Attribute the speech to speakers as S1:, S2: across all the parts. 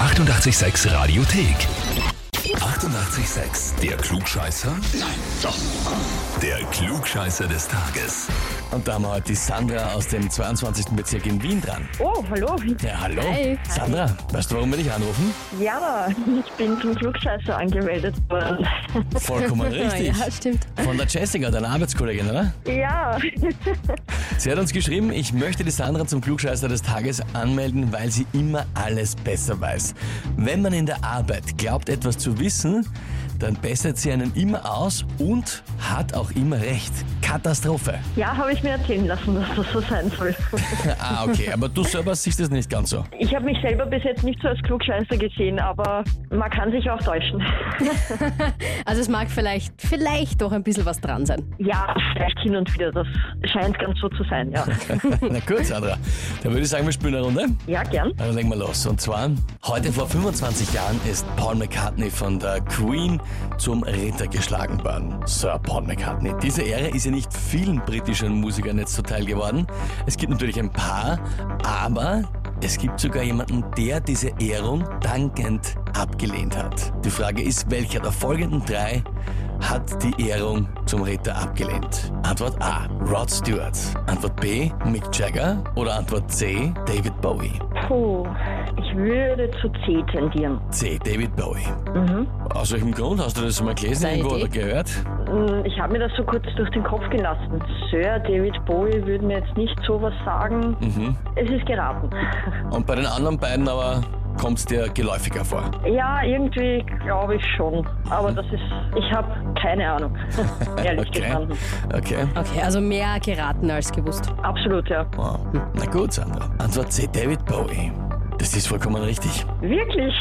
S1: 886 Radiothek. 88,6. Der Klugscheißer? Nein, doch. Der Klugscheißer des Tages.
S2: Und da haben wir heute die Sandra aus dem 22. Bezirk in Wien dran.
S3: Oh, hallo.
S2: Ja, hallo.
S4: Hi.
S2: Sandra, weißt du, warum wir dich anrufen?
S3: Ja, ich bin zum Flugscheißer angemeldet worden.
S2: Vollkommen richtig.
S4: Ja, stimmt.
S2: Von der Jessica, deiner Arbeitskollegin, oder?
S3: Ja,
S2: Sie hat uns geschrieben, ich möchte die Sandra zum Klugscheißer des Tages anmelden, weil sie immer alles besser weiß. Wenn man in der Arbeit glaubt, etwas zu wissen, dann bessert sie einen immer aus und hat auch immer recht. Katastrophe.
S3: ja, habe ich mir erzählen lassen, dass das so sein soll.
S2: Ah, okay, aber du selber siehst es nicht ganz so.
S3: Ich habe mich selber bis jetzt nicht so als Klugscheißer gesehen, aber man kann sich auch täuschen.
S4: Also es mag vielleicht, vielleicht doch ein bisschen was dran sein.
S3: Ja, vielleicht hin und wieder, das scheint ganz so zu sein, ja.
S2: Na gut, Sandra. Dann würde ich sagen, wir spielen eine Runde.
S3: Ja, gern.
S2: Dann legen wir los. Und zwar, heute vor 25 Jahren ist Paul McCartney von der Queen zum Ritter geschlagen worden. Sir Paul McCartney. Diese Ehre ist ja nicht vielen britischen Musikern jetzt zuteil geworden. Es gibt natürlich ein paar, aber es gibt sogar jemanden, der diese Ehrung dankend abgelehnt hat. Die Frage ist, welcher der folgenden drei hat die Ehrung zum Ritter abgelehnt? Antwort A. Rod Stewart. Antwort B. Mick Jagger. Oder Antwort C. David Bowie.
S3: Puh, ich würde zu C tendieren.
S2: C. David Bowie. Aus welchem Grund hast du das mal gelesen
S4: Mhm. Seine
S2: irgendwo
S4: Idee.
S2: oder gehört?
S3: Hm, Ich habe mir das so kurz durch den Kopf gelassen. Sir David Bowie würde mir jetzt nicht sowas sagen.
S2: Mhm.
S3: Es ist geraten.
S2: Und bei den anderen beiden aber kommt es dir geläufiger vor.
S3: Ja, irgendwie glaube ich schon. Aber das ist, ich habe keine Ahnung. Ehrlich gestanden.
S2: Okay.
S4: Okay, also mehr geraten als gewusst.
S3: Absolut, ja.
S2: Wow. Na gut, Sandra. Antwort C. David Bowie. Das ist vollkommen richtig.
S3: Wirklich?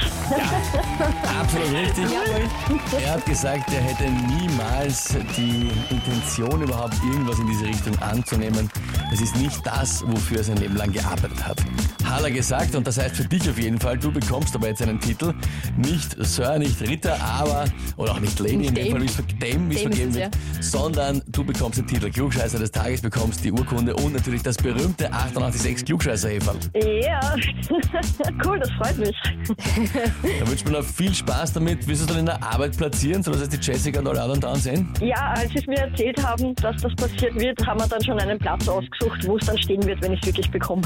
S2: Absolut richtig. Er hat gesagt, er hätte niemals die Intention, überhaupt irgendwas in diese Richtung anzunehmen. Es ist nicht das, wofür er sein Leben lang gearbeitet hat. Hat er gesagt, und das heißt für dich auf jeden Fall, du bekommst aber jetzt einen Titel. Nicht Sir, nicht Ritter, aber, oder auch nicht Lady, in dem
S4: Dame.
S2: Fall, wie es ver- Dame, wie es
S4: Dame
S2: vergeben
S4: ist es,
S2: wird, sondern du bekommst den Titel Klugscheißer des Tages, bekommst die Urkunde und natürlich das berühmte 886 klugscheißer -Heferl.
S3: Ja. cool, das freut mich.
S2: Da wünscht man noch viel Spaß damit. Wirst du es dann in der Arbeit platzieren, sodass es die Jessica und alle anderen dran sehen?
S3: Ja, als Sie es mir erzählt haben, dass das passiert wird, haben wir dann schon einen Platz ausgesucht, wo es dann stehen wird, wenn ich es wirklich bekomme.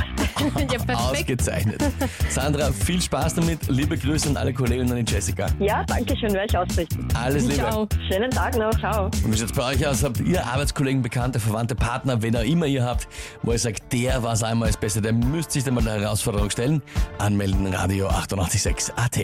S4: ja, perfekt.
S2: Ausgezeichnet. Sandra, viel Spaß damit. Liebe Grüße an alle Kollegen und an die Jessica.
S3: Ja, danke schön, werde ich ausrichten.
S2: Alles Liebe.
S4: Ciao.
S3: Schönen Tag noch, ciao.
S2: Und wie schaut's bei euch aus? Habt ihr Arbeitskollegen, Bekannte, Verwandte, Partner, wen auch immer ihr habt, wo ihr sagt, der war's einmal das Beste, der müsst sich dann mal der Herausforderung stellen? Anmelden, Radio 886 AT.